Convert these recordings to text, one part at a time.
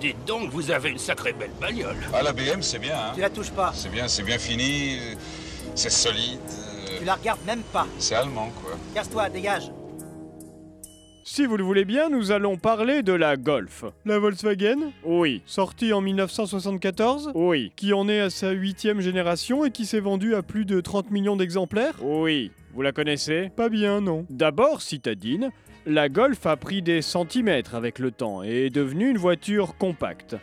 Dites donc, vous avez une sacrée belle bagnole. Ah, la BM, c'est bien, hein Tu la touches pas. C'est bien, c'est bien fini, euh, c'est solide, euh, Tu la regardes même pas. c'est allemand, quoi. Casse-toi, dégage. Si vous le voulez bien, nous allons parler de la Golf. La Volkswagen, Oui, sortie en 1974, oui, qui en est à sa huitième génération et qui s'est vendue à plus de 30 millions d'exemplaires oui. Vous la connaissez Pas bien, non. D'abord citadine, la Golf a pris des centimètres avec le temps et est devenue une voiture compacte.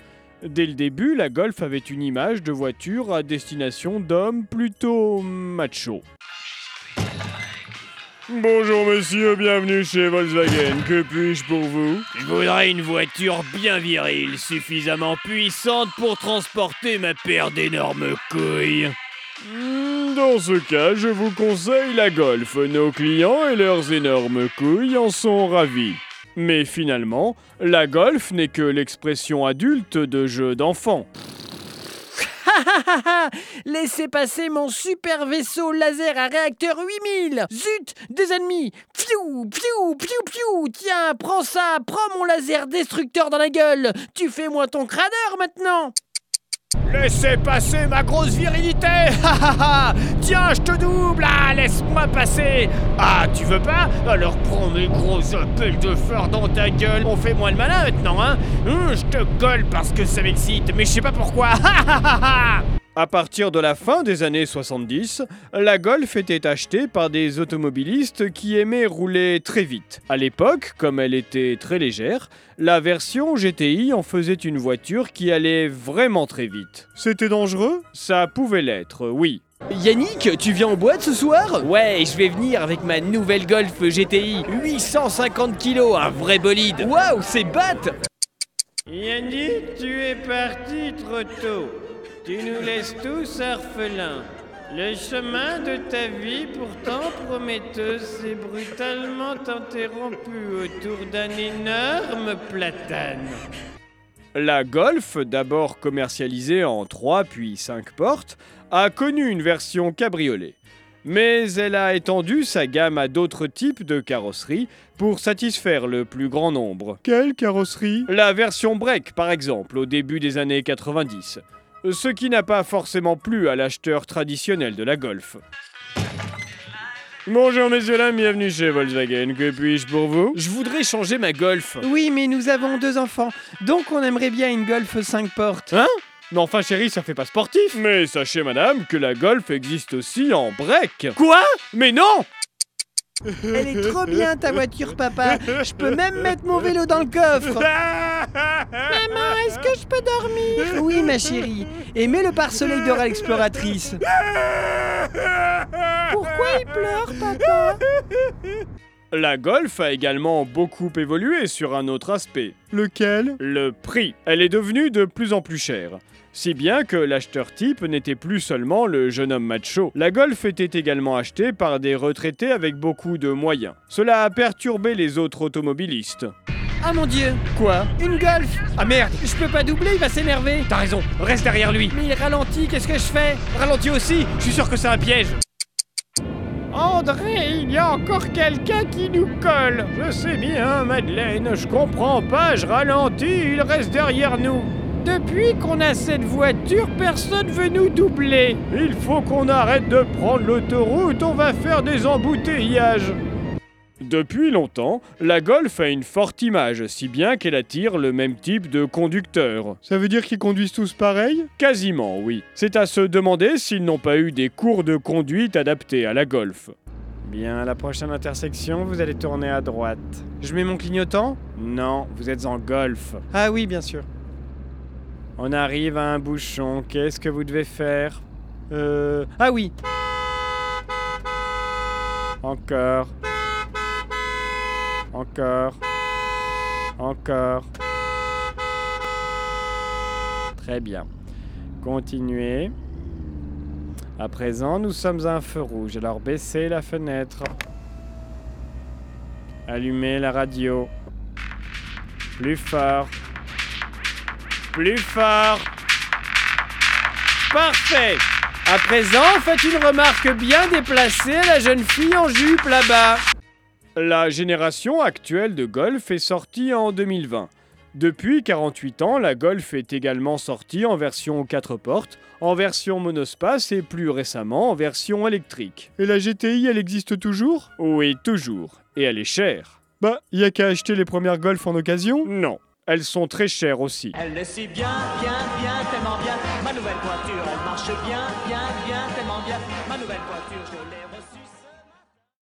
Dès le début, la Golf avait une image de voiture à destination d'hommes plutôt macho. Bonjour monsieur, bienvenue chez Volkswagen, que puis-je pour vous Je voudrais une voiture bien virile, suffisamment puissante pour transporter ma paire d'énormes couilles. Hmm, Dans ce cas, je vous conseille la Golf. Nos clients et leurs énormes couilles en sont ravis. Mais finalement, la Golf n'est que l'expression adulte de jeux d'enfants. Laissez passer mon super vaisseau laser à réacteur 8000 Zut Des ennemis Piou Piou Piou Piou Tiens, prends ça Prends mon laser destructeur dans la gueule Tu fais moi ton crâneur maintenant Laissez passer ma grosse virilité Tiens, je te double Ah, laisse-moi passer Ah, tu veux pas Alors prends mes grosses pelles de fort dans ta gueule On fait moins le malin maintenant, hein Hum, Je te colle parce que ça m'excite, mais je sais pas pourquoi À partir de la fin des années 70, la Golf était achetée par des automobilistes qui aimaient rouler très vite. À l'époque, comme elle était très légère, la version GTI en faisait une voiture qui allait vraiment très vite. C'était dangereux Ça pouvait l'être, oui. Yannick, tu viens en boîte ce soir Ouais, je vais venir avec ma nouvelle Golf GTI 850 kilos, un vrai bolide Waouh, c'est batte Yanni, tu es parti trop tôt. Tu nous laisses tous orphelins. Le chemin de ta vie, pourtant prometteuse, s'est brutalement interrompu autour d'un énorme platane. La Golf, d'abord commercialisée en 3 puis 5 portes, a connu une version cabriolet. Mais elle a étendu sa gamme à d'autres types de carrosseries pour satisfaire le plus grand nombre. Quelle carrosserie La version break, par exemple, au début des années 90. Ce qui n'a pas forcément plu à l'acheteur traditionnel de la Golf. Bonjour messieurs dames, bienvenue chez Volkswagen. Que puis-je pour vous Je voudrais changer ma Golf Oui, mais nous avons deux enfants, donc on aimerait bien une Golf 5 portes. Mais enfin chérie, ça fait pas sportif Mais sachez madame que la Golf existe aussi en break Quoi Mais non Elle est trop bien ta voiture, papa. Je peux même mettre mon vélo dans le coffre. Maman, est-ce que je peux dormir Oui, ma chérie. Et mets le pare-soleil d'Oral Exploratrice. Pourquoi il pleure, papa La Golf a également beaucoup évolué sur un autre aspect, Lequel le prix. Elle est devenue de plus en plus chère. Si bien que l'acheteur type n'était plus seulement le jeune homme macho. La Golf était également achetée par des retraités avec beaucoup de moyens. Cela a perturbé les autres automobilistes. Ah mon dieu Quoi Une Golf Ah merde Je peux pas doubler, il va s'énerver T'as raison, reste derrière lui Mais il ralentit, qu'est-ce que je fais Ralentis aussi, je suis sûr que c'est un piège André, il y a encore quelqu'un qui nous colle Je sais bien, Madeleine, je comprends pas, je ralentis, il reste derrière nous Depuis qu'on a cette voiture, personne veut nous doubler Il faut qu'on arrête de prendre l'autoroute, on va faire des embouteillages depuis longtemps, la Golf a une forte image, si bien qu'elle attire le même type de conducteur. Ça veut dire qu'ils conduisent tous pareil Quasiment, oui. C'est à se demander s'ils n'ont pas eu des cours de conduite adaptés à la golf. Bien, à la prochaine intersection, vous allez tourner à droite. Je mets mon clignotant Non, vous êtes en golf. Ah oui, bien sûr. On arrive à un bouchon, qu'est-ce que vous devez faire Euh... Ah oui Encore. Encore. Encore. Très bien. Continuez. À présent, nous sommes à un feu rouge, alors baissez la fenêtre. Allumez la radio. Plus fort. Plus fort. Parfait. À présent, faites une remarque bien déplacée à la jeune fille en jupe là-bas. La génération actuelle de Golf est sortie en 2020. Depuis 48 ans, la Golf est également sortie en version 4 portes, en version monospace et plus récemment en version électrique. Et la GTI, elle existe toujours Oui, toujours. Et elle est chère. Bah, y a qu'à acheter les premières Golf en occasion Non. Elles sont très chères aussi. Elle le suit bien, bien, bien, tellement bien. Ma nouvelle voiture, elle marche bien, bien, bien, tellement bien. Ma nouvelle voiture, je l'ai reçue.